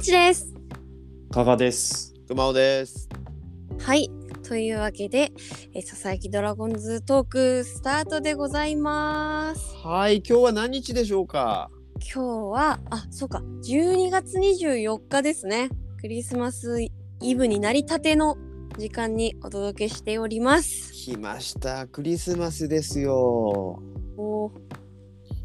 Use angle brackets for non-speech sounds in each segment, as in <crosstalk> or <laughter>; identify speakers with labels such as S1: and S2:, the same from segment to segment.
S1: ちです。
S2: 加賀です。
S3: 熊尾です。
S1: はい。というわけで、えー、ささやきドラゴンズトークスタートでございます。
S3: はい、今日は何日でしょうか。
S1: 今日は、あ、そうか、12月24日ですね。クリスマスイブになりたての時間にお届けしております。
S3: 来ました、クリスマスですよ。
S1: おー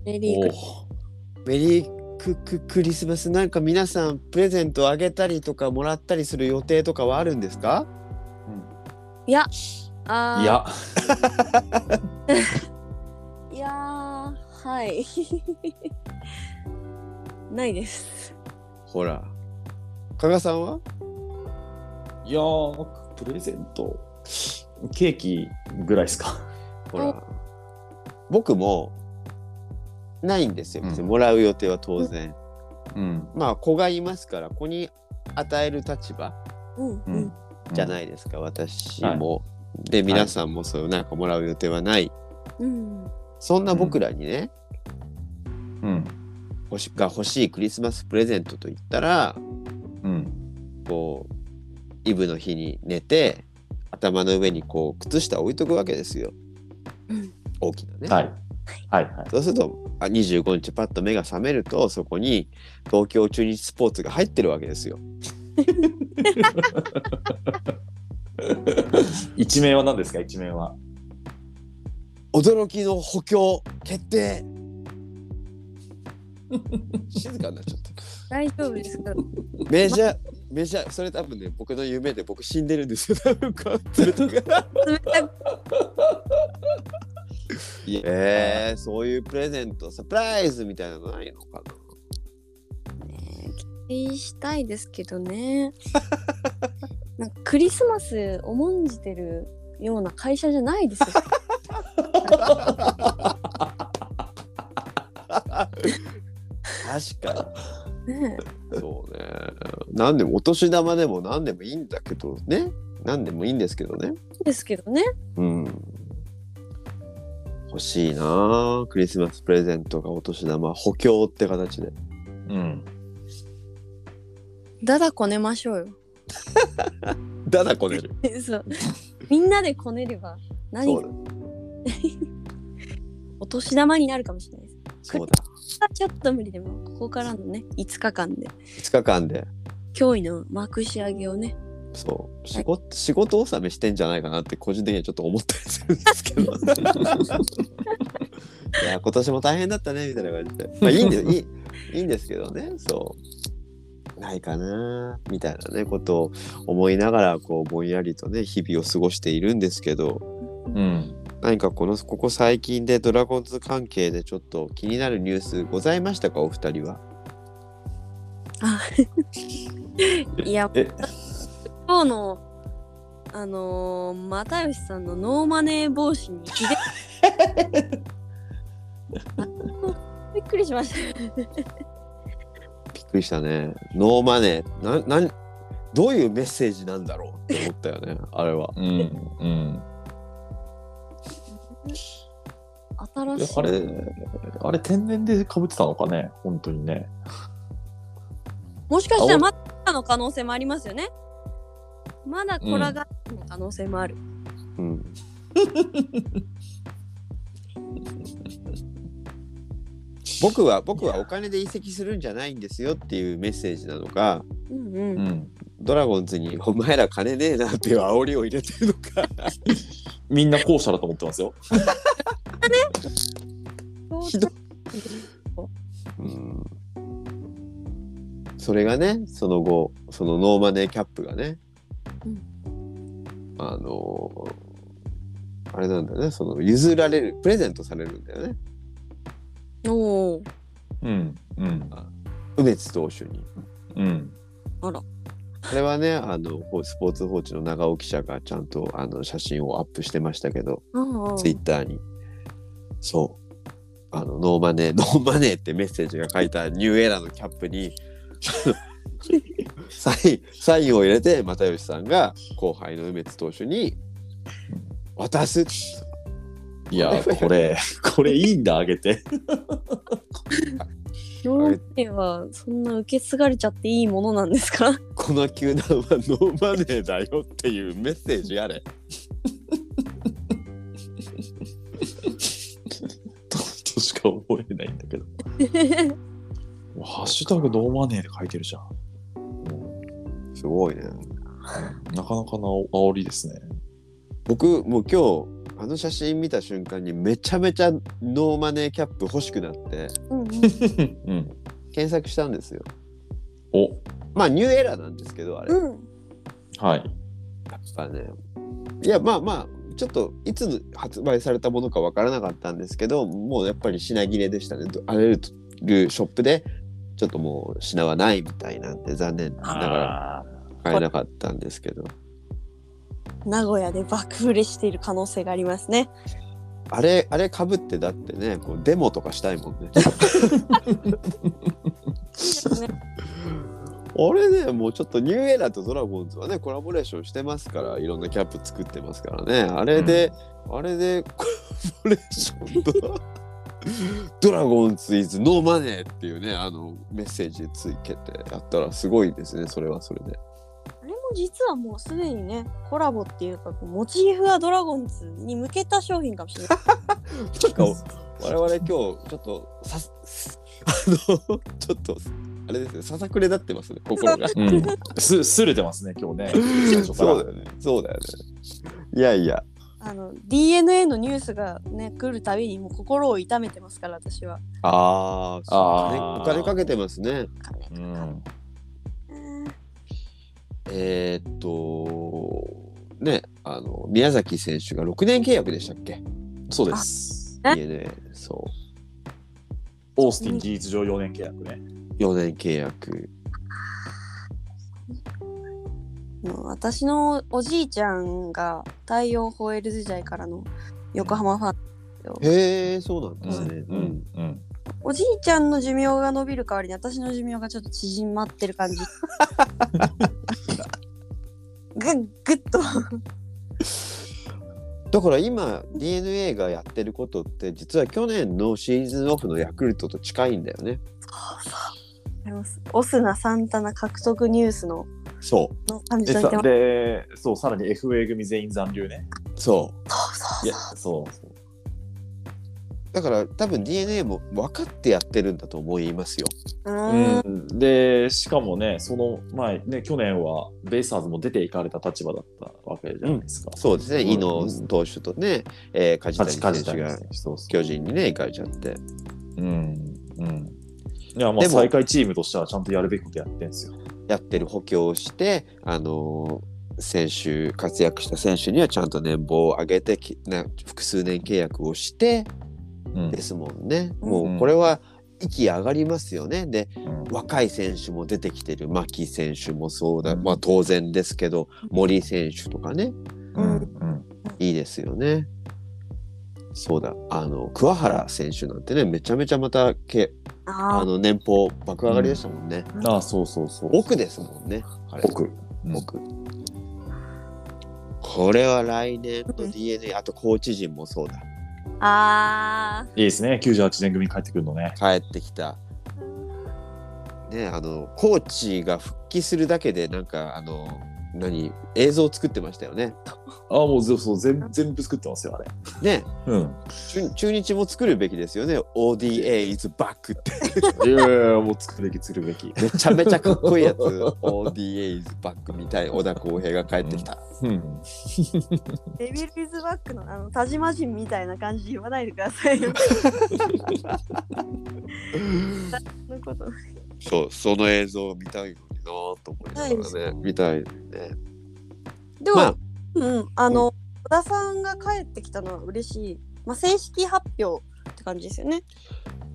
S1: メリーク
S2: おお
S1: リス
S3: メリークククリスマスなんか皆さんプレゼントあげたりとかもらったりする予定とかはあるんですか？
S1: いや、あー
S2: い、や、
S1: いやー、はい。 <laughs> ないです。
S3: ほら、加賀さんは？
S2: いやー、プレゼント、ケーキぐらいですか。
S3: ほら、僕もないんですよ。別にもらう予定は当然。
S2: うん、
S3: まあ子がいますから子に与える立場
S1: うん、
S2: う
S1: うんん。
S3: じゃ
S2: い。
S3: ないですか、私も。で皆さんもそういうなんかもらう予定はない。
S1: うん。
S3: そんな僕らにね、
S2: うん、
S3: 欲しが欲しいクリスマスプレゼントといったら
S2: うん、
S3: こうイブの日に寝て頭の上にこう靴下置いとくわけですよ
S1: うん
S3: 大きなね、
S2: はい。はい、はい。
S3: そうするとあ25日パッと目が覚めるとそこに東京中日スポーツが入ってるわけですよ
S2: 一面は何ですか、一面は。
S3: 驚きの補強決
S2: <laughs>
S3: 定静かになっちゃった
S1: 大丈夫ですか
S3: メジャーメジャーそれ多分ね僕の夢で僕死んでるんですよ多分こ
S2: <laughs>
S3: うするとか
S1: 冷たく
S3: えー、そういうプレゼントサプライズみたいなのないのかな
S1: 期待したいですけどね <laughs> なんかクリスマス重んじてるような会社じゃないですよ
S3: 確か
S1: ね <laughs>
S3: にそうね何でもお年玉でも何でもいいんだけどね何でもいいんですけどね
S1: えですけどね
S3: うん欲しいなあクリスマスプレゼントがお年玉補強って形で
S2: うん。
S1: だだこねましょう
S3: だだこねる
S1: よ <laughs> そうみんなでこねれば何
S3: そう
S1: が
S3: だ
S1: <laughs> お年玉になるかもしれないです
S3: そうだ
S1: あちょっと無理でもここからのね5日間で
S3: 5日間で
S1: 驚異のまくし上げをね
S3: そう仕事仕事納めしてんじゃないかなって個人的にはちょっと思ったりするんですけどいや今年も大変だったねみたいな感じで、まあ、いいんでいいいいんですけどねそうないかなみたいなねことを思いながらこうぼんやりとね日々を過ごしているんですけど
S2: うん。
S3: 何かこのここ最近でドラゴンズ関係でちょっと気になるニュースございましたかお二人は。
S1: いや
S2: え、
S1: 今日のあのー、又吉さんのノーマネー防止にひであ <laughs> びっくりしました
S3: びっくりしたね。ノーマネー。なん、なん、どういうメッセージなんだろうって思ったよね。あれは。
S2: うん。うん。
S1: 新
S2: いや
S1: しい
S2: あれ、あれ天然で被ってたのかね、本当にね。
S1: もしかしたらまだの可能性もありますよねまだコラがの可能性もある、
S3: うん。 <laughs> 僕は僕はお金で移籍するんじゃないんですよっていうメッセージなのか
S1: うん、う
S2: うんん。
S3: ドラゴンズに「お前ら金ねえな」っていう煽りを入れてるのか
S2: みんな後者だと思ってますよ。
S3: ひどうんそれがねその後そのノーマネーキャップがね、
S1: う
S3: あのーあれなんだよねその譲られるプレゼントされるんだよね
S1: おお
S2: うん。うん。
S3: 梅津投手に。
S2: うん。
S3: あれはねあのスポーツ報知の長尾記者がちゃんとあの写真をアップしてましたけど、
S1: あ
S3: ツイッターにそうあのノーマネーノ <laughs> ーマネーってメッセージが書いたニューエラのキャップに <laughs> サインサインを入れて又吉さんが後輩の梅津投手に渡す
S2: いや、これ、これいいんだ、あげて。
S1: 表現はそんな受け継がれちゃっていいものなんですか <laughs>
S3: この球団はノーマネーだよっていうメッセージやれ。
S2: と <laughs> としか覚えないんだけど。もうハッシュタグノーマネーで書いてるじゃん。
S3: すごいね。
S2: なかなかな煽りです <laughs> ね。
S3: 僕もう今日あの写真見た瞬間にめちゃめちゃノーマネーキャップ欲しくなって
S1: うん、うん、
S2: うん。
S3: 検索したんですよ。
S2: お、
S3: まあニューエラーなんですけどあれ。やっ
S1: うん
S2: はい。
S3: ぱね。いやまあまあちょっといつ発売されたものかわからなかったんですけどもうやっぱり品切れでしたね。どあらゆるショップでちょっともう品はないみたいなんで残念ながら
S2: あ
S3: 買えなかったんですけど。
S1: 名古屋で爆売れしている可能性がありますね
S3: あれ、あれかぶってだってね、こうデモとかしたいもんね。あれね、もうちょっとニューエラーとドラゴンズはね、コラボレーションしてますから、いろんなキャップ作ってますからね。あれで、あれでコラボレーションと、 <laughs> ドラゴンズイズノーマネーっていうね、あのメッセージつけてやったらすごいですね、それはそれで。
S1: あれも実はもうすでにねコラボっていうかこうモチーフはドラゴンズに向けた商品かもしれない。
S3: なんか我々今日ちょっとさすあのちょっとあれですねささくれだってますね心が
S2: ーうん。す、すれてますね、今日 <laughs> ね。
S3: そうだよねそうだよねいやいや
S1: あの DNA のニュースがね来るたびにもう心を痛めてますから私は。
S3: あー
S2: あー
S3: お金お金かけてますね
S2: うん。
S3: えーっとねあの宮崎選手が6年契約でしたっけ
S2: そうです。
S1: え
S3: DNA そう
S2: オースティン事実上4年契約ね。
S3: 4年契約
S1: もう私のおじいちゃんが太陽ホエールズ時代からの横浜ファン
S3: へえそうなんですね、
S2: うん。うん。
S1: おじいちゃんの寿命が伸びる代わりに私の寿命がちょっと縮まってる感じぐぐっと
S3: だから今 DNA がやってることって実は去年のシーズンオフのヤクルトと近いんだよね
S1: ありますオスナ・サンタナ獲得ニュースの
S3: そ
S1: の感じ
S2: で
S1: と似て
S2: さ
S1: ます
S2: で、そう、さらに FA 組全員残留ね。
S3: うそう
S2: いや、そうそう。
S3: だから多分 DNA も分かってやってるんだと思いますよ。
S1: うーん
S2: うん、でしかもねその前ね去年はベイスターズも出ていかれた立場だったわけじゃないですか。
S3: そうですね。
S2: うん
S3: 伊野投手とね、えー、梶
S2: 勝ち
S3: 谷
S2: 勝ち
S3: 選手が
S2: そうそう
S3: 巨人にね行かれちゃって。
S2: うんうん。いやまあ
S3: でも
S2: 最下位チームとしてはちゃんとやるべきことやってんですよ。
S3: やってる補強をして、あのー選手活躍した選手にはちゃんと年俸を上げてきな複数年契約をして
S2: うん
S3: ですもんね。
S1: うん
S3: もうこれは息上がりますよね。で
S2: うん
S3: 若い選手も出てきてる牧選手もそうだ、
S2: うん
S3: まあ当然ですけど森選手とかね
S2: うんうん
S3: いいですよね。そうだ、あの桑原選手なんてね、めちゃめちゃまたけ
S1: あ
S3: あ
S1: ー
S3: の年俸爆上がりでしたもんね。
S2: ああそうそうそう。
S3: 奥ですもんね。彼
S2: 奥。
S3: 奥。これは来年の DNA、あとコーチ陣もそうだ。
S1: あー
S2: いいですね98年組に帰ってくるのね。
S3: 帰ってきた。ね、あのコーチが復帰するだけで、なんかあの何映像作ってましたよね。
S2: ああもうそうそう全全部作ってますよあれ。
S3: ね、
S2: うん。
S3: 中中日も作るべきですよね。ODA is back って。
S2: <laughs> いやいやいやもう作るべき作るべき。
S3: めちゃめちゃかっこいいやつ ODA is back みたい小田康平が帰ってきた、
S2: うん。
S1: デビルイズバックのあの田島人みたいな感じで言わないでくださいよ。そんなことない
S3: そうその映像を見たいのになと思いながらね見たいね
S1: でも、
S3: まあ
S1: うん、あの、小田さんが帰ってきたのは嬉しい。まあ、正式発表って感じですよね。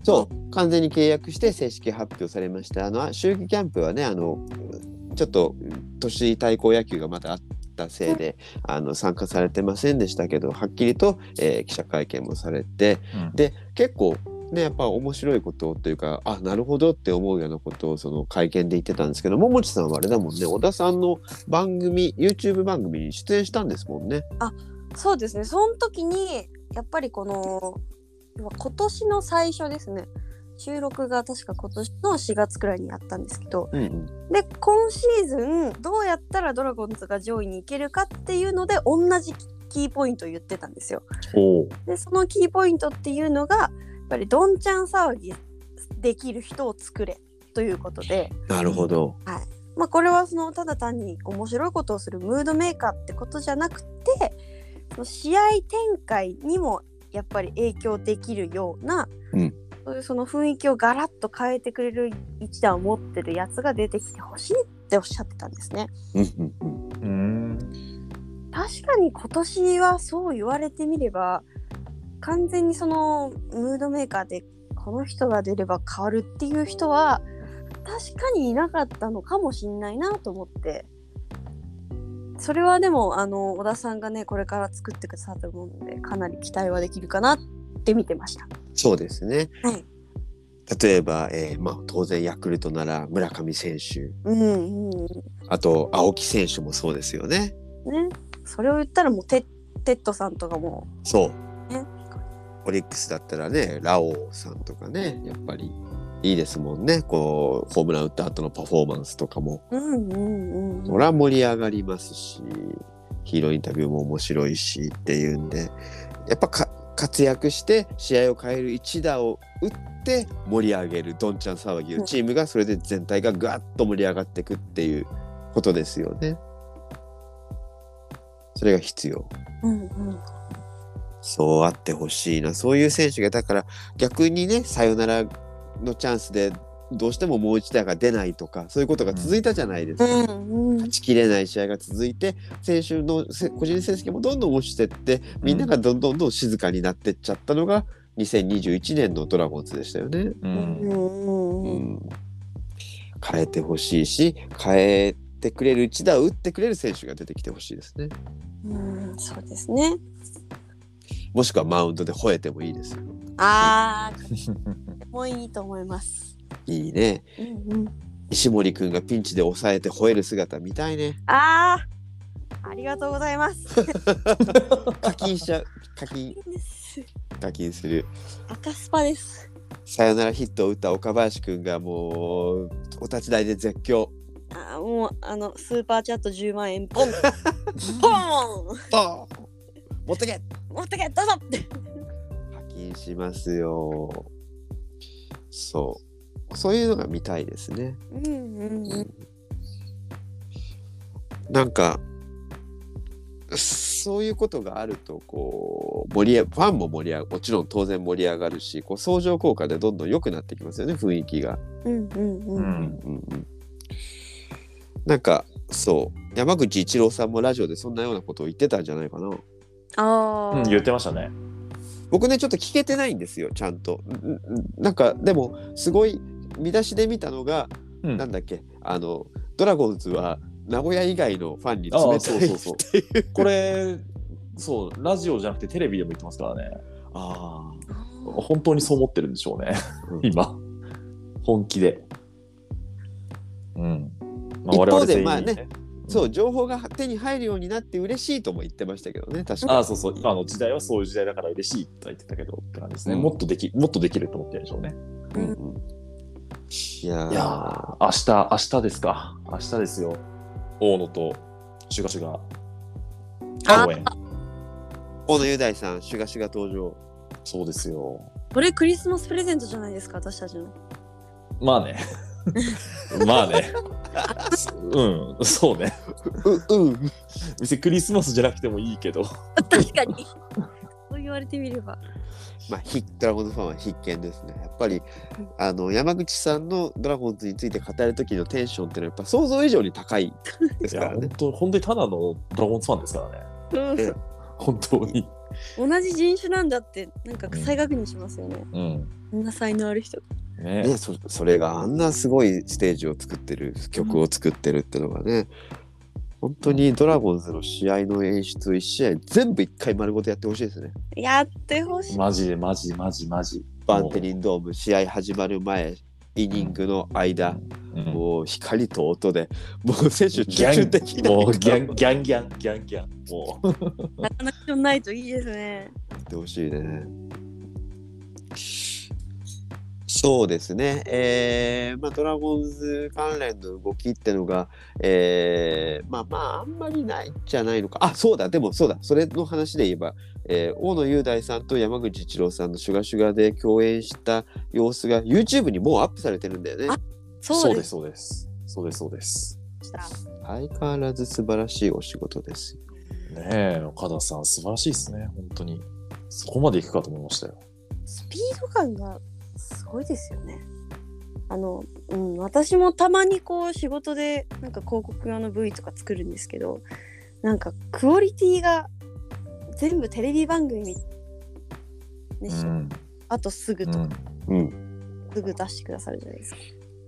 S3: そう完全に契約して正式発表されましたあの秋季キャンプはねあのちょっと都市対抗野球がまたあったせいであの参加されてませんでしたけどはっきりと、えー記者会見もされて
S2: うん
S3: で結構ねやっぱ面白いことというかあなるほどって思うようなことをその会見で言ってたんですけど桃地さんはあれだもんね小田さんの番組 YouTube 番組に出演したんですもんね。
S1: そうですね。その時に、やっぱりこの、要は今年の最初ですね。収録が確か今年の4月くらいにあったんですけど、
S3: うんうん
S1: で今シーズンどうやったらドラゴンズが上位に行けるかっていうので同じキーポイントを言ってたんですよ。
S2: おう
S1: でそのキーポイントっていうのがやっぱりどんちゃん騒ぎできる人を作れということで、
S3: なるほど。
S1: まあ、これはそのただ単に面白いことをするムードメーカーってことじゃなくてその試合展開にもやっぱり影響できるような、
S3: うん
S1: そういうその雰囲気をガラッと変えてくれる一打を持ってるやつが出てきてほしいっておっしゃってたんですね。
S3: うんうんうん
S2: うーん
S1: 確かに今年はそう言われてみれば完全にそのムードメーカーでこの人が出れば変わるっていう人は確かにいなかったのかもしんないなと思ってそれはでもあの小田さんがねこれから作ってくださるものでかなり期待はできるかなって見てました。
S3: そうですね。
S1: はい、
S3: 例えば、えーまあ、当然ヤクルトなら村上選手
S1: うんうん
S3: あと青木選手もそうですよね。
S1: ね、それを言ったらもうテッテッドさんとかも
S3: そう
S1: ね。
S3: オリックスだったらねラオウさんとかねやっぱりいいですもんねこうホームラン打った後のパフォーマンスとかも
S1: うんうん
S3: そ
S1: うん
S3: ら盛り上がりますしヒーローインタビューも面白いしっていうんでやっぱか活躍して試合を変える一打を打って盛り上げるどんちゃん騒ぎ
S1: う
S3: を
S1: ん
S3: チームがそれで全体がガッと盛り上がっていくっていうことですよね。それが必要。
S1: うんうん
S3: そうあってほしいな。そういう選手が、だから逆にね、サヨナラのチャンスで、どうしてももう一打が出ないとか、そういうことが続いたじゃないですか。
S1: うんうん
S3: 勝ちきれない試合が続いて、選手のせ個人成績もどんどん落ちてって、みんながどんどんどん静かになってっちゃったのが、2021年のドラゴンズでしたよね。
S2: う
S1: うんんうん
S3: 変えてほしいし、変えてくれる一打を打ってくれる選手が出てきてほしいですね。
S1: うんそうですね。
S3: もしくはマウンドで吠えてもいいですよ。
S1: ああ、もういいと思います。
S3: いいね。
S1: うんうん、
S3: 石森くんがピンチで抑えて吠える姿見たいね。
S1: ああ、ありがとうございます。
S3: 課金しちゃう。 <laughs> 課金、課金する。
S1: <laughs> 赤スパです。
S3: さよならヒットを打った岡林くんがもう、お立ち台で絶叫。
S1: あーもうあのスーパーチャット10万円 <laughs> ポンポン
S3: ドーン持ってけ
S1: 持ってけどうぞって。
S3: 課金しますよ。そう。そういうのが見たいですね。
S1: うんうんうん
S3: なんか、そういうことがあると、こう、盛り上ファンも盛り上がもちろん当然盛り上がるし、こう相乗効果でどんどん良くなってきますよね、雰囲気が。
S1: うんうん
S2: う
S1: うん。
S2: ん
S3: うんうんなんかそう山口一郎さんもラジオでそんなようなことを言ってたんじゃないかな
S1: ああ、
S2: うん言ってましたね
S3: 僕ねちょっと聞けてないんですよちゃんとんんなんかでもすごい見出しで見たのが、
S2: うん
S3: なんだっけあのドラゴンズは名古屋以外のファンに冷たい
S2: あーそうそうそう
S3: っていう
S2: これそうラジオじゃなくてテレビでも言ってますからね
S3: あー
S2: 本当にそう思ってるんでしょうね
S3: うん
S2: 今本気でうん、ま
S3: 一方で
S2: 全員
S3: まあねそう情報が手に入るようになって嬉しいとも言ってましたけどね確か
S2: ああそうそう今の時代はそういう時代だから嬉しいとは言ってたけどって感じですね、
S3: うん
S2: もっとできもっとできると思ってるんでしょうね
S3: に、
S1: うん
S3: うんいやー
S2: いやー明日明日ですか明日ですよ大野とシュガシュガ
S1: あ
S2: 応援
S3: 小野雄大さんシュガシュガ登場
S2: そうですよ
S1: これクリスマスプレゼントじゃないですか私たちの。
S2: まあね <laughs> ま
S3: <laughs>
S2: あねうんそうね
S3: ううん
S2: 別にクリスマスじゃなくてもいいけど
S1: 確かに。そう言われてみれば。
S3: まあ、ひドラゴンズファンは必見ですね。やっぱりあの山口さんのドラゴンズについて語る時のテンションっていうのはやっぱ想像以上に高いです
S2: い
S3: か
S2: や
S3: らね
S2: 本。当本当にただのドラゴンズファンですからね
S1: うん
S3: え
S2: 本当に
S1: 同じ人種なんだってなんか再確認しますよね。
S2: うん
S1: こんな才能ある人が。
S2: ね
S3: ね、そそれがあんなすごいステージを作ってる曲を作ってるっていうのがね本当にドラゴンズの試合の演出1試合全部1回丸ごとやってほしいですね。
S1: やってほしい。
S2: マジでマジマジマジ
S3: バンテリンドーム試合始まる前イニングの間、
S2: うん
S3: もう光と音でもう選手
S2: ギ
S3: 集中
S2: ャン
S3: できない
S2: もう
S3: か
S2: ギ
S3: ら
S2: ャンギャンギャンギャンギャンもう
S1: なかなかないといいですね。
S3: やってほしいね。そうですね、えーまあ、ドラゴンズ関連の動きってのが、えーまあまああんまりないんじゃないのかあそうだでもそうだそれの話で言えば、えー大野雄大さんと山口一郎さんの「シュガシュガ」で共演した様子が YouTube にもうアップされてるんだよね
S1: あそうでし
S2: そうですそうですそうです
S1: た。
S3: 相変わらず素晴らしいお仕事です
S2: そうですねえ岡田さん素晴らしいですね本当にそこまでいくかと思いましたよ
S1: スピード感がすごいですよね。あの、うん、私もたまにこう仕事でなんか広告用の V とか作るんですけど、なんかクオリティが全部テレビ番組でしょ、
S2: ん、
S1: あとすぐと
S2: う
S1: か
S2: ん
S3: うん
S1: すぐ出してくださるじゃないですか。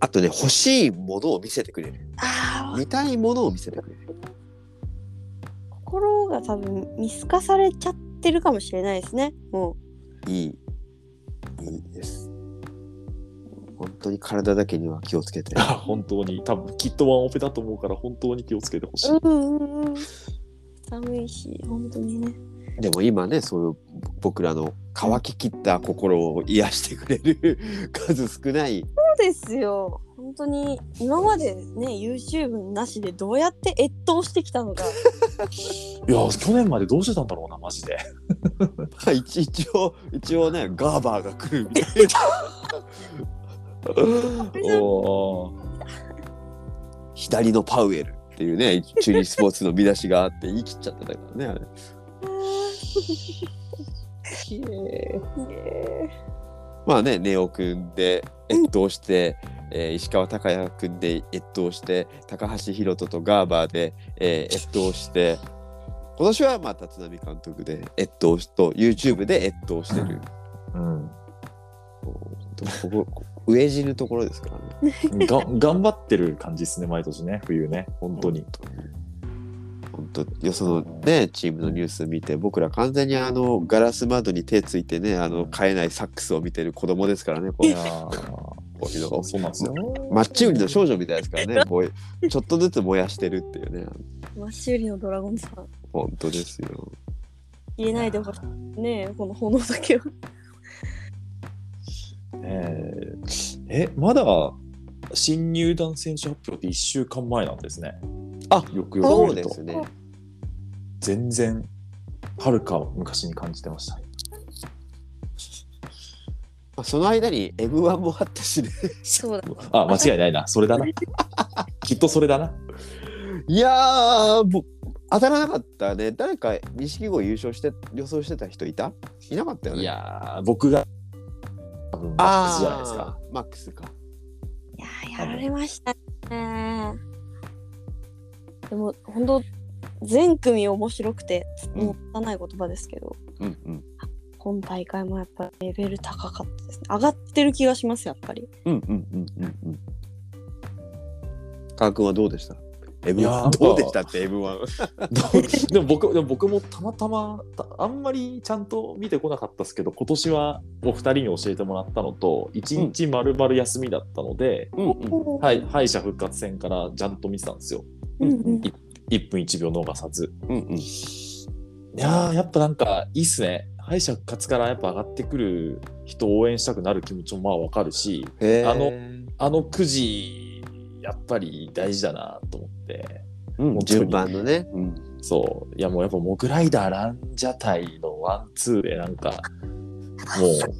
S3: あとね欲しいものを見せてくれる
S1: ああ、
S3: 見たいものを見せてくれる
S1: 心が多分見透かされちゃってるかもしれないですね。も
S3: いいいいです本当に体だけには気をつけて
S2: あ本当に多分きっとワンオペだと思うから本当に気をつけてほしい、
S1: う。うんうんうん。寒いし、本当にね。
S3: でも今ねそういう僕らの乾ききった心を癒してくれる <laughs> 数少ない
S1: そうですよ本当に今までね YouTube なしでどうやって越冬してきたのか
S2: いや去年までどうしてたんだろうなマジで
S3: まあ一一応一応ねガーバーが来るみたいな
S2: <laughs> おー
S3: 左のパウエルっていうね中日スポーツの見出しがあって言い切っちゃったんだからねあれ
S1: イエーイ
S3: まあね、ネオくんで越冬して、えー石川昂弥くんで越冬して、高橋宏斗とガーバーで、えー越冬して、今年はまあ立浪監督で越冬しと YouTube で越冬してる。
S2: うん
S3: ここここ飢え死ぬところですからね。
S2: が頑張ってる感じですね毎年ね冬ね本当に
S3: 本当よそのねチームのニュース見て僕ら完全にあのガラス窓に手ついてねあの買えないサックスを見てる子供ですからねこ
S2: いうやー
S3: こういうのが
S2: そうなんですよ
S3: マッチ売りの少女みたいですからねこうちょっとずつ燃やしてるっていうね
S1: マッシュリのドラゴンさん
S3: 本当ですよ。
S1: 消えないでほしいねこの炎だけは
S2: えーえまだ新入団選手発表って1週間前なんですね。
S3: あ
S2: よくよ
S3: そう
S2: く見る
S3: で
S2: と
S3: すね。
S2: 全然はるか昔に感じてました。
S3: まあ、その間に M1 もあったしね。
S1: そうだ
S2: あ間違いないなそれ
S3: <laughs>
S2: だなきっとそれだな。
S3: いやー、もう当たらなかったね。誰か錦鯉優勝して予想してた人いたいなかったよね。
S2: いやー僕が多分マッ
S3: あ
S2: ク
S3: ー
S2: スじゃないですか。。
S3: マックスか。
S1: いやーやられましたねでも本当全組面白くて
S3: うん
S1: もったいない言葉ですけど、
S3: うんうん。
S1: 今大会もやっぱレベル高かったですね上がってる気がしますやっぱり
S3: うんうんうんうんうん。川君はどうでした ?M1
S2: いやーなんか
S3: どうでしたって M1。
S2: どう <laughs> でも僕でも僕もたまたまたあんまりちゃんと見てこなかったですけど今年はお二人に教えてもらったのと一日丸々休みだったので、
S3: うんうん。
S2: はい、敗者復活戦からちゃんと見てたんですよ
S1: うんうん
S2: 1分1秒逃さず
S3: うんうん。
S2: いやーやっぱなんかいいっすね敗者復活からやっぱ上がってくる人を応援したくなる気持ちもまあわかるし
S3: へー
S2: あの、あのくじやっぱり大事だなと思って
S3: うん、
S2: に
S3: 順番のね。うん
S2: そういやもうやっぱモグライダーランジャタイのワンツーでなんかもう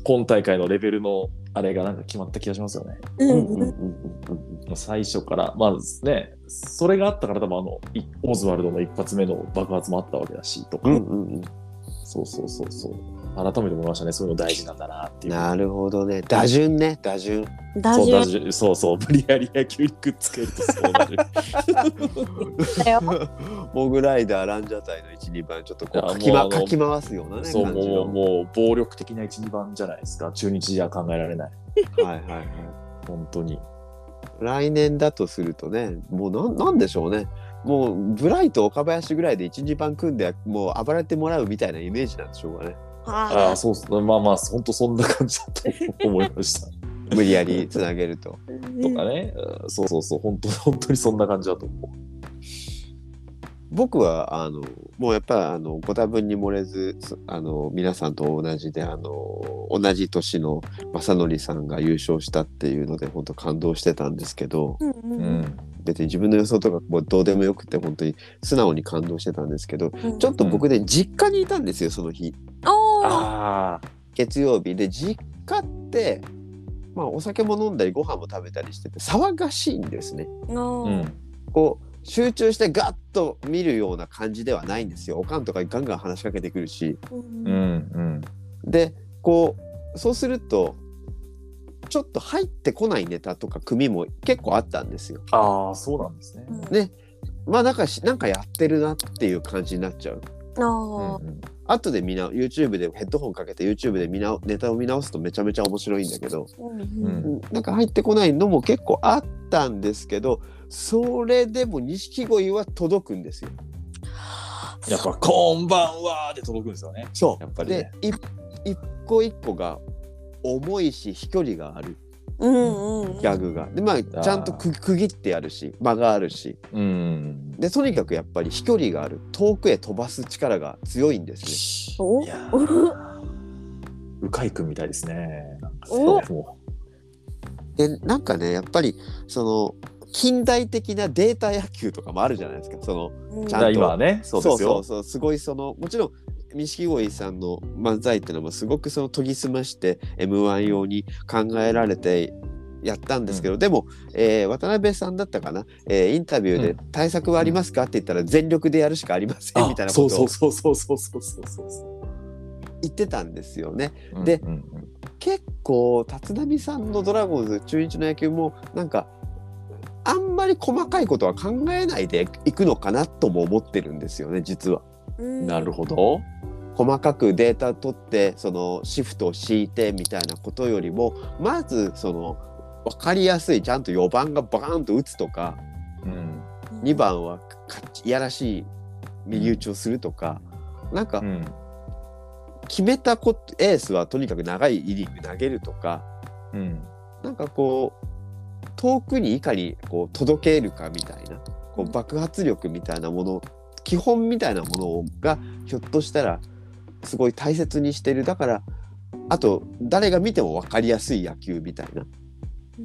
S2: 今大会のレベルのあれがなんか決まった気がしますよね。
S1: う
S3: うんんうん
S1: う
S3: うん
S1: ん
S3: うん
S2: もう最初からまあねそれがあったから多分あのいオズワルドの一発目の爆発もあったわけだしとか、
S3: うんうんうん。
S2: そうそうそうそう改めて思いましたねそういうの大事なんだなっていう。
S3: なるほどね。打順ね、打順。
S1: 打
S2: そう
S1: 順
S2: 打順そうそう無理やり野球にくっつけるとそうなる
S1: だよ
S3: <laughs> モグライダーランジャタイの1、2番ちょっとこ
S2: いや
S3: うかき,、
S2: も
S3: ま、
S2: うあの
S3: かき回すようなね
S2: <laughs> そう
S3: 感じ
S2: もう
S3: の。
S2: もう暴力的な1、2番じゃないですか中日じゃ考えられない
S3: はいはいは
S2: 本当に。
S3: い。来年だとするとね、もうなんなんでしょうね。もうブライト岡林ぐらいで1、2番組んでもう暴れてもらうみたいなイメージなんでしょうかね。
S2: ああ、
S1: あ
S2: そうっすね。まあまあ、本当そんな感じだと思いま <laughs> した。
S3: 無理やりつなげると。 <laughs>
S1: ー
S2: とかね。うんそうそうそう。本当、本当にそんな感じだと思う。
S3: 僕はあのもうやっぱあのご多分に漏れずそあの皆さんと同じであの同じ年の正則さんが優勝したっていうので本当感動してたんですけど
S1: うんう
S2: うんん。
S3: 別に自分の予想とかもうどうでもよくて本当に素直に感動してたんですけど
S1: うん
S3: ちょっと僕ね実家にいたんですよその日。
S1: おー
S2: ああ。
S3: 月曜日で実家って、まあ、お酒も飲んだりご飯も食べたりしてて騒がしいんですね。
S1: お
S2: う
S1: ー
S2: ん。
S3: こう集中してガッと見るような感じではないんですよ。おかんとかガンガン話しかけてくるし。
S1: うん
S2: うん。うん。
S3: でこうそうするとちょっと入ってこないネタとか組も結構あったんですよ。
S2: ああ、そうなんですね。
S1: うん
S3: ねまあなんかしなんかやってるなっていう感じになっちゃう。
S1: あ
S2: うんうん
S3: 後で見直 YouTube でヘッドホンかけて YouTube で見直ネタを見直すとめちゃめちゃ面白いんだけど
S1: ーうん
S2: うん
S3: なんか入ってこないのも結構あったんですけどそれでも錦鯉は届くんですよ。
S2: やっぱ、こんばんはで届くんですよね。
S3: そう
S2: やっぱりね
S3: でい一個一個が重いし飛距離がある
S1: うんうん
S3: ギャグが。でまあちゃんとく区切ってあるし間があるし
S2: うん。
S3: でとにかくやっぱり飛距離がある遠くへ飛ばす力が強いんですね。
S1: お
S2: いやー。うかいくんみたいですね。なんか
S1: お
S2: も
S3: でなんかねやっぱりその近代的なデータ野球とかもあるじゃないですかその
S1: うん
S2: う。
S3: ちゃんと
S2: 今はね、そうです
S3: そ
S2: よ
S3: う。そうすごいそのもちろん錦鯉さんの漫才っていうのもすごくその研ぎ澄まして m 1用に考えられてやったんですけど、でも、えー渡辺さんだったかな、えーインタビュー
S2: う
S3: で「対策はありますか?」って言ったら「全力でやるしかありません」
S2: あ
S3: みたいな
S2: そ
S3: こ
S2: う
S3: と
S2: そ
S3: を
S2: うそうそうそうそうそうそ
S3: 言ってたんですよね。
S2: う。
S3: で
S2: うんうん
S3: 結構立浪さんのドラゴンズ中日の野球もなんかあんまり細かいことは考えないでいくのかなとも思ってるんですよね実は。
S2: うんなるほど。
S3: 細かくデータ取ってそのシフトを敷いてみたいなことよりもまずその分かりやすいちゃんと4番がバーンと打つとか
S2: うん。
S3: 2番はかいやらしい右打ちをするとかなんか
S2: うん。
S3: 決めたことエースはとにかく長いイニング投げるとか
S2: うん。
S3: なんかこう遠くにいかにこう届けるかみたいな
S1: う
S3: こうん爆発力みたいなもの基本みたいなものがひょっとしたらすごい大切にしてるだからあと誰が見ても分かりやすい野球みたいな
S1: うん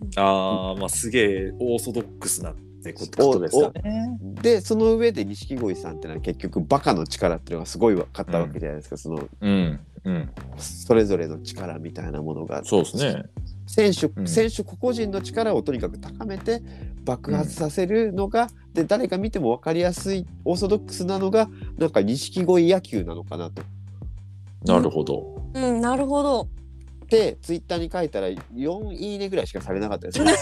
S1: うん
S2: ああ、まあすげえオーソドックスなってことですかね。
S3: でその上で錦鯉さんってのは結局バカの力っていうのがすごい分かったわけじゃないですか、その
S2: うん。うん。
S3: それぞれの力みたいなものが
S2: そうですね。
S3: 選手、
S2: うん
S3: 選手個々人の力をとにかく高めて爆発させるのが、で誰が見ても分かりやすいオーソドックスなのがなんか錦鯉野球なのかなと。
S2: なるほど。
S1: うんうんなるほど
S3: でツイッターに書いたら4いいねぐらいしかされなかったですね。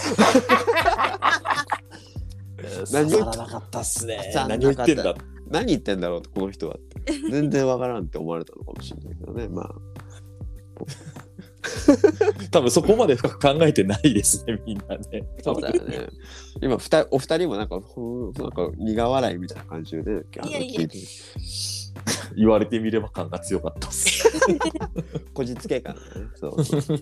S3: 何を
S2: 刺さらなかったっすね
S3: 刺さらなかった
S2: 何を言ってんだ。
S3: 何言ってんだろうとこの人は <laughs> って全然分からんって思われたのかもしれないけどねまあ
S2: 多分そこまで深く考えてないですね、みんなね。
S3: そうだよね。今ふたお二人もなんかふーなんか苦笑いみたいな感じでねあの
S1: いやいや
S3: 聞いて
S2: 言われてみれば感が強かったっ <laughs> す。
S3: こじつけ感ね。そうそうそう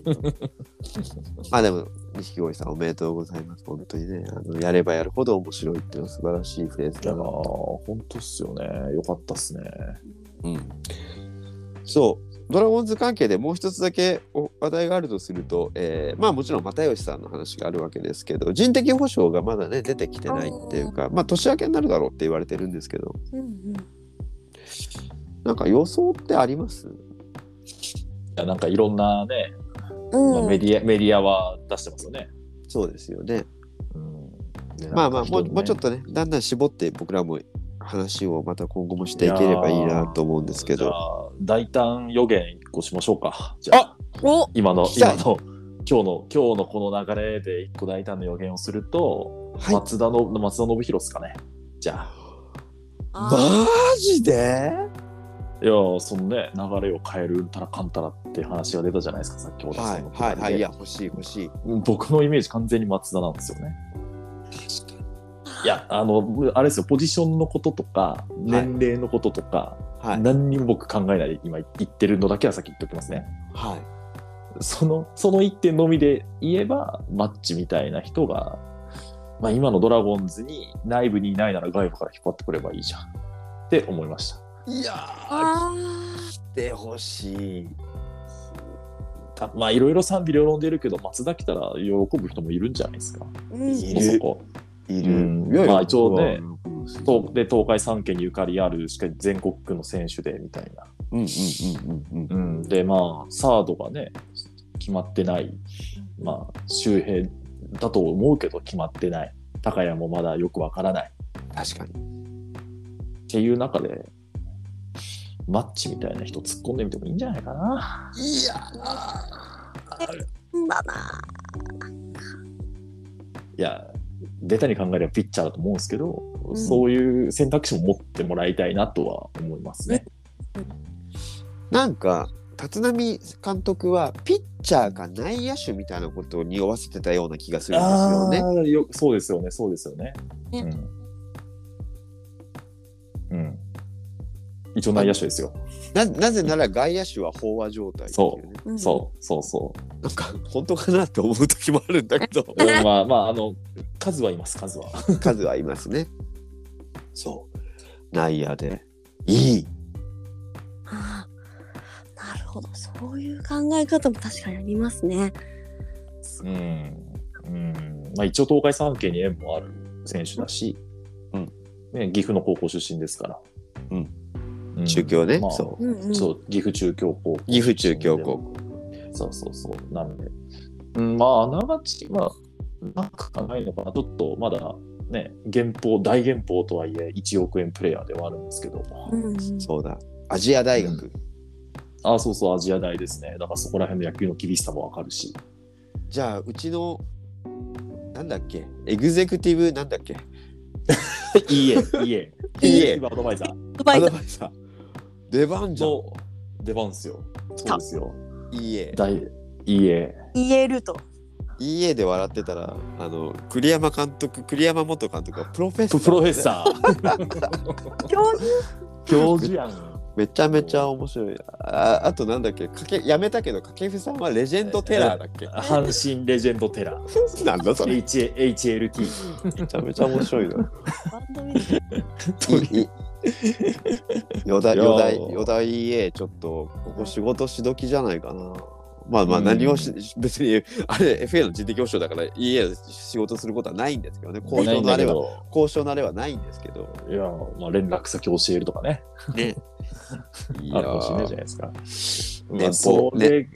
S3: まあでも、錦鯉さんおめでとうございます。本当にね、あのやればやるほど面白いっていうのは素晴らしいフレーズ
S2: いや
S3: だ
S2: ー、
S3: な。
S2: 本当っすよね。よかったっすね。
S3: うん、そう、ドラゴンズ関係でもう一つだけお話題があるとすると、えーまあもちろん又吉さんの話があるわけですけど、人的保障がまだね、出てきてないっていうか、まあ年明けになるだろうって言われてるんですけど、
S1: うんうん
S3: なんか予想ってあります
S2: いやなんかいろんなね、まあ
S1: うん
S2: メディア、メディアは出してますよね。
S3: そうですよね。
S2: うんね
S3: まあまあ
S2: なん
S3: もう,、
S2: か人にね
S3: もうちょっとねだんだん絞って僕らも話をまた今後もしていければいいなと思うんですけ
S2: じゃ
S3: ど
S2: あ大胆予言一個しましょうか。じゃ
S3: あ
S2: あ
S1: お
S2: 今の
S3: 聞きた
S2: 今
S3: い
S2: の今日の今日のこの流れで一個大胆の予言をすると、
S3: はい
S2: 松田の松田信弘ですかね。じゃあ
S1: あ
S3: ジで
S2: いやーそのね流れを変えるうんたらかんたらって話が出たじゃないですかさっき小田
S3: は
S2: さ
S3: い
S2: んの
S3: はいはいい
S2: い
S3: や欲しい欲しい
S2: 僕のイメージ完全に松田なんですよね。いやあのあれですよポジションのこととか年齢のこととか、
S3: はい
S2: 何にも僕考えないで今言ってるのだけは先言っておきますね。
S3: はい
S2: そのその一点のみで言えばマッチみたいな人がまあ、今のドラゴンズに内部にいないなら外部から引っ張ってくればいいじゃんって思いました。
S3: いや
S1: あ
S3: ー来てほしい。
S2: たまあいろいろ賛否両論出るけど松田来たら喜ぶ人もいるんじゃないですか。
S1: ーうん
S2: そ
S3: い
S2: こ
S3: る
S2: そこ
S3: い
S2: うん
S3: る。
S2: まあ一応ねと
S3: と
S2: で東海三県にゆかりあるしか全国区の選手でみたいな。
S3: うんうんうんうんう。
S2: うんん、でまあサードがね決まってない、まあ、周平だと思うけど決まってない高谷もまだよくわからない
S3: 確かに。
S2: っていう中でマッチみたいな人突っ込んでみてもいいんじゃないかな。
S3: いや
S1: だない
S2: やベタに考えればピッチャーだと思うんですけど、
S1: ん
S2: そういう選択肢も持ってもらいたいなとは思いますね。
S3: なんか立浪監督はピッチャーか内野手みたいなことを匂わせてたような気がするんですよね。
S2: あーよそうですよねそうですよね。
S1: ね
S2: うん、うん、一応内野手ですよ。
S3: ななぜなら外野手は飽和状態っていう、ね。
S1: うん
S2: そうそうそう。、
S3: なんか本当かなって思う時もあるんだけど
S2: うんまあまああの数はいます数は。
S3: 数はいますね。そう。内野で。いい。
S1: あーなるほどそういう考え方も確かにありますね。
S2: うんうんまあ、一応東海三県に縁もある選手だし、
S3: うん
S2: ね、岐阜の高校出身ですから。
S3: うん
S2: うん
S3: 中京ね。
S2: まあ
S3: そう。
S1: うんうん、
S2: そう岐阜中京高校
S3: 岐阜中京高校。
S2: そうそうそうなんで、うん、まああながちまあなくはないのかなちょっとまだね原報大原報とはいえ1億円プレイヤーではあるんですけど、
S1: うんうん、
S3: そうだ。アジア大学。
S2: あそうそうアジア大ですねだからそこら辺の野球の厳しさもわかるし
S3: じゃあうちのなんだっけエグゼクティブなんだっけ
S2: いいえ、い
S3: い
S2: いえ、
S3: いえ
S2: エクティブアドバイザー
S1: うま
S3: ア
S1: い
S3: ド
S1: な
S3: バイザー出番じゃん。
S2: の出番ですよ。そうですよ。
S3: いいえ。
S2: 大いいえ。
S1: 言えると。
S3: いいえで笑ってたらあの栗山監督栗山元監督がプロフェッサー
S2: プロフェッサー。
S1: 教授
S2: 教授やん。
S3: めちゃめちゃ面白いああとなんだっけかけやめたけど掛布さんはレジェンドテラーだっけ
S2: 阪神レジェンドテラー。
S3: なんだそれ
S2: H HLT。
S3: めちゃめちゃ面白いな
S1: バンドミュ
S3: いい余談余
S2: いや
S3: 談余談いいえちょっとここ仕事しどきじゃないかなまあまあ
S2: うん
S3: 何をし、別にあれ FA の人的保障だからいいえで仕事することはないんですけどね交渉のあれは
S2: は。
S3: 交渉のあれはないんですけど
S2: いや、まあ連絡先教えるとかね。
S3: ねい
S2: あ
S3: や
S2: るかもしれないじゃないですか。
S3: 年
S2: まあ
S3: 俸
S2: それ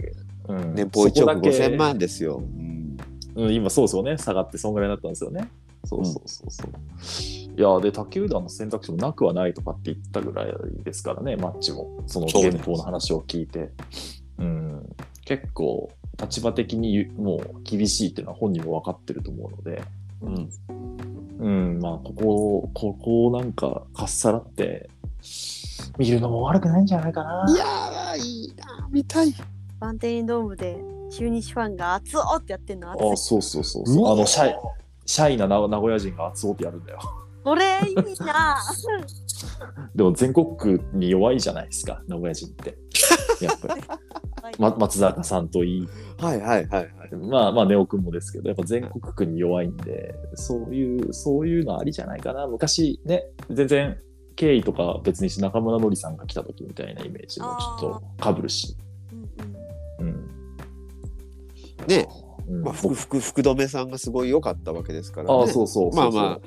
S2: うん
S3: 年俸1
S2: そこ
S3: 億
S2: だけ
S3: 5000万ですよ。うん
S2: うん、今そうですよね、下がってそんぐらいになったんですよね。そうそうそうそう。いや、で、他球団の選択肢もなくはないとかって言ったぐらいですからね、マッチも。その
S3: そうです
S2: 原稿の話を聞いて。うん、結構、立場的にもう厳しいっていうのは本人も分かってると思うので、
S3: うん
S2: うん、まあ、ここを、ここをなんか、かっさらって、見るのも悪くないんじゃないかな。
S3: いやー、いいなー、見たい。
S1: バンテリンドームで中日ファンが熱おってやってんの熱
S2: あ、
S1: い。
S2: そうそうそう
S3: う
S2: そう。
S3: わ
S2: あの、シャイ、シャイな名名古屋人が熱おってやるんだよ。
S1: それいいな。 <laughs>
S2: でも全国区に弱いじゃないですか、名古屋人
S3: <laughs>
S2: って。やっぱり、ま、松坂さんといい、
S3: はいはいはいはい。
S2: まあまあ、ネオ君もですけど、やっぱ全国区に弱いんで、そういう、そういうのありじゃないかな。昔ね、全然経緯とか別にし中村のりさんが来た時みたいなイメージもちょっとかぶるし。
S1: うんうん
S2: うん。
S3: ね、
S2: うん
S3: まあ、福福福留さんがすごい良かったわけですから、ね。
S2: ああ、そうそうそうそう。
S3: まあまあ、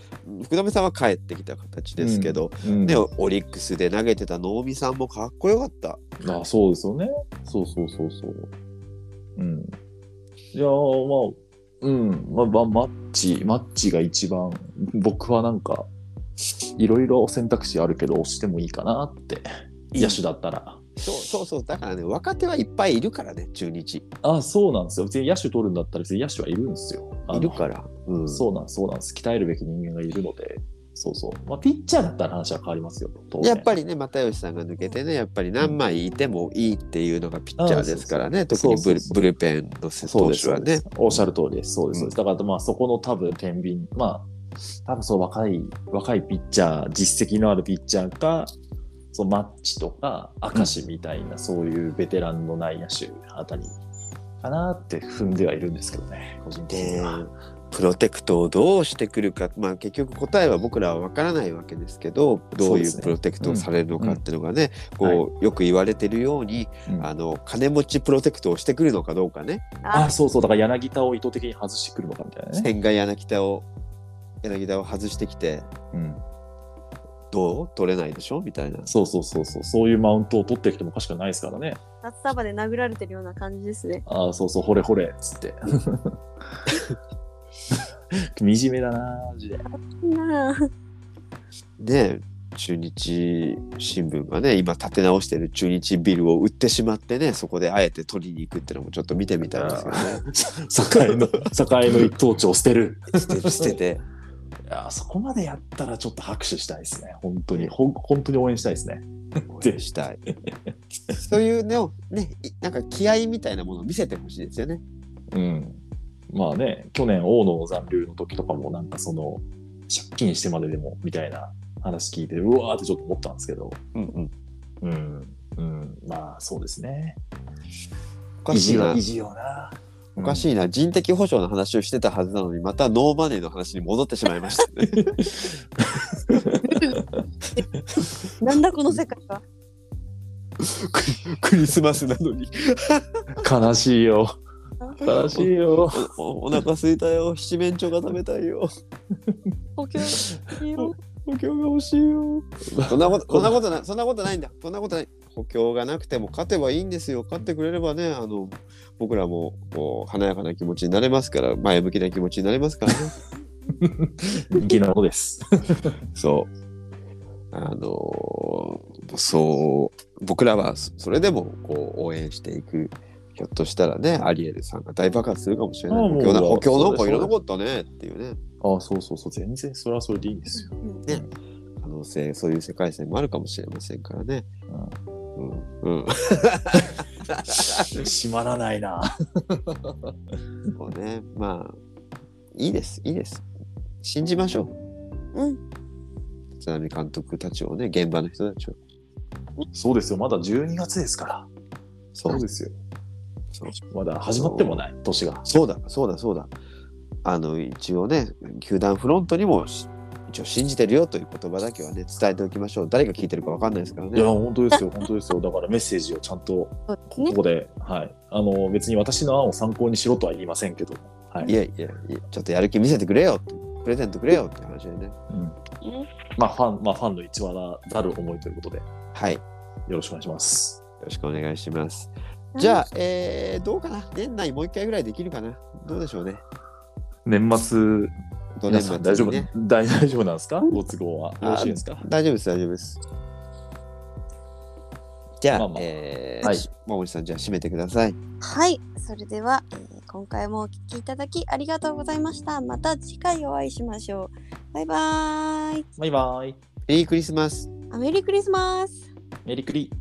S3: 福留さんは帰ってきた形ですけど、
S2: あ、うん
S3: ね、オリックスで投げてた能見さんもかっこよかった。
S2: あそうですよね。そうそうそうそう。うん。いやー、まあ、うん、まあ、まあ、マッチ、マッチが一番、僕はなんか、いろいろ選択肢あるけど、押してもいいかなって、野手だったら。
S3: そうそうそう、だからね、若手はいっぱいいるからね、中日。
S2: あそうなんですよ。別に野手取るんだったら、別に野手はいるんですよ。あの
S3: いるから。うん、
S2: そうなんです、そうなんです。鍛えるべき人間がいるので、そうそう。まあ、ピッチャーだったら話は変わりますよ。当
S3: や
S2: 然
S3: っぱりね、又吉さんが抜けてね、やっぱり何枚いてもいいっていうのがピッチャーですからね、
S2: あ
S3: 特
S2: そう
S3: に
S2: そ
S3: ブ
S2: う
S3: ル
S2: そう
S3: ブルペンの
S2: そう
S3: 投
S2: です
S3: 手はね。
S2: おっしゃる通りです。そうです。
S3: うん
S2: だから、まあ、そこの多分、天秤、まあ、多分、そう、若い、若いピッチャー、実績のあるピッチャーか、そのマッチとか、明石みたいな、そういうベテランの内野手あたりかなって踏んではいるんですけどね個人的に
S3: で
S2: は、
S3: プロテクトをどうしてくるか、まあ、結局答えは僕らは分からないわけですけどどうい
S2: そうです
S3: う
S2: ね
S3: プロテクトをされるのかっていうのがね、
S2: うんうん
S3: こうよく言われてるように、
S2: うん
S3: あの金持ちプロテクトをしてくるのかどうかね
S2: あそうそうだから柳田を意図的に外してくるのかみたいなね、
S3: 千賀柳田を柳田を外してきて
S2: うん、
S3: どう取れないでしょみたいな
S2: そうそうそうそうそういうマウントを取ってきてもおかしくないですからね
S1: 夏束で殴られてるような感じですね。 <laughs>
S2: ああそうそうほれほれっつって <laughs> 惨めだなマジで
S1: なあ
S3: ね中日新聞がね今立て直してる中日ビルを売ってしまってねそこであえて取りに行くってのもちょっと見てみたんですけどね
S2: 栄 <laughs> の栄の一等地を捨てる
S3: 捨て <laughs> 捨てて
S2: いやーそこまでやったらちょっと拍手したいですね本当にほん本当に応援したいですね
S3: 応援した <laughs> いそういうのをねいなんか気合みたいなものを見せてほしいですよね
S2: うんまあね去年大野の残留の時とかもなんかその借金してまででもみたいな話聞いてうわーってちょっと思ったんですけど
S3: うんうん
S2: うんうんまあそうですね
S3: おか
S2: 意
S3: し
S2: 地
S3: い
S2: は
S3: な
S2: 意地よな
S3: おかしいな人的保障の話をしてたはずなのにまたノーマネーの話に戻ってしまいましたね <laughs>
S1: なんだこの世界は。
S3: クリスマスなのに
S2: 悲しいよ悲しいよ
S3: おおお腹すいたよ七面鳥が食べたいよ
S1: 東京。
S2: 補強が欲しいよ
S3: <laughs> そんなこと、そんなことない、そんなことないんだ。そんなことない。補強がなくても勝てばいいんですよ。勝ってくれればね、あの、僕らもこう華やかな気持ちになれますから、前向きな気持ちになれます <laughs> からね。
S2: 人気なものです
S3: そう。あのーそう、僕らはそそれでもこう応援していく。ひょっとしたらね、アリエルさんが大爆発するかもしれな
S2: あ
S3: い。
S2: あ
S3: 補
S2: もう
S3: 強な補強なん
S2: そ
S3: かい
S2: うです
S3: らなかったねっていうね、
S2: ああそうそうそう全然それはそれでいいんですよ
S1: うん
S3: 可能性、そういう世界線もあるかもしれませんからね。うん。うん。
S2: 閉まらないな
S3: そうね、まあ、いいです、いいです。信じましょう。
S1: うん。
S3: 立浪監督たちをね、現場の人たちを。
S2: そうですよ、まだ12月ですから。
S3: そう
S2: ですよ。
S3: そう
S2: まだ始まってもない、年が。
S3: そうだ、そうだ、そうだ。あの、一応ね、球団フロントにもし、一応信じてるよという言葉だけはね、伝えておきましょう。誰が聞いてるかわかんないですから
S2: いや、
S3: ね。
S2: 本当ですよ、本当ですよ。だからメッセージをちゃんと、
S1: そうです
S2: こ
S1: ね。
S2: こで、はい。あの、別に私の案を参考にしろとは言いませんけど、はい。
S3: いやいやいや、ちょっとやる気見せてくれよって、プレゼントくれよって話でね。
S2: うんまあ、ファン、まあ、ファンの一話なざる思いということで、よ
S3: はい、よ
S2: ろしくお願いします。
S3: ろしくお願いします。じゃあ、えー、どうかな年内もう一回ぐらいできるかなどうでしょうね。
S2: 年末、
S3: ど
S2: 皆
S3: 年
S2: さ
S3: 末
S2: ん大丈
S3: に
S2: 夫、
S3: ね。
S2: 大大丈夫なんですかご都合は。よ
S3: あー
S2: ろしいですか
S3: 大丈夫です、大丈夫です。じゃあ、
S2: まあまあ
S3: えー
S2: はい
S3: しまもりさん、じゃあ締めてください。
S1: はい、それでは、えー今回もお聞きいただきありがとうございました。また次回お会いしましょう。バイバーイ。
S2: バイバイ。
S3: メリークリスマス。
S1: アメリークリスマス。
S2: メリクリ。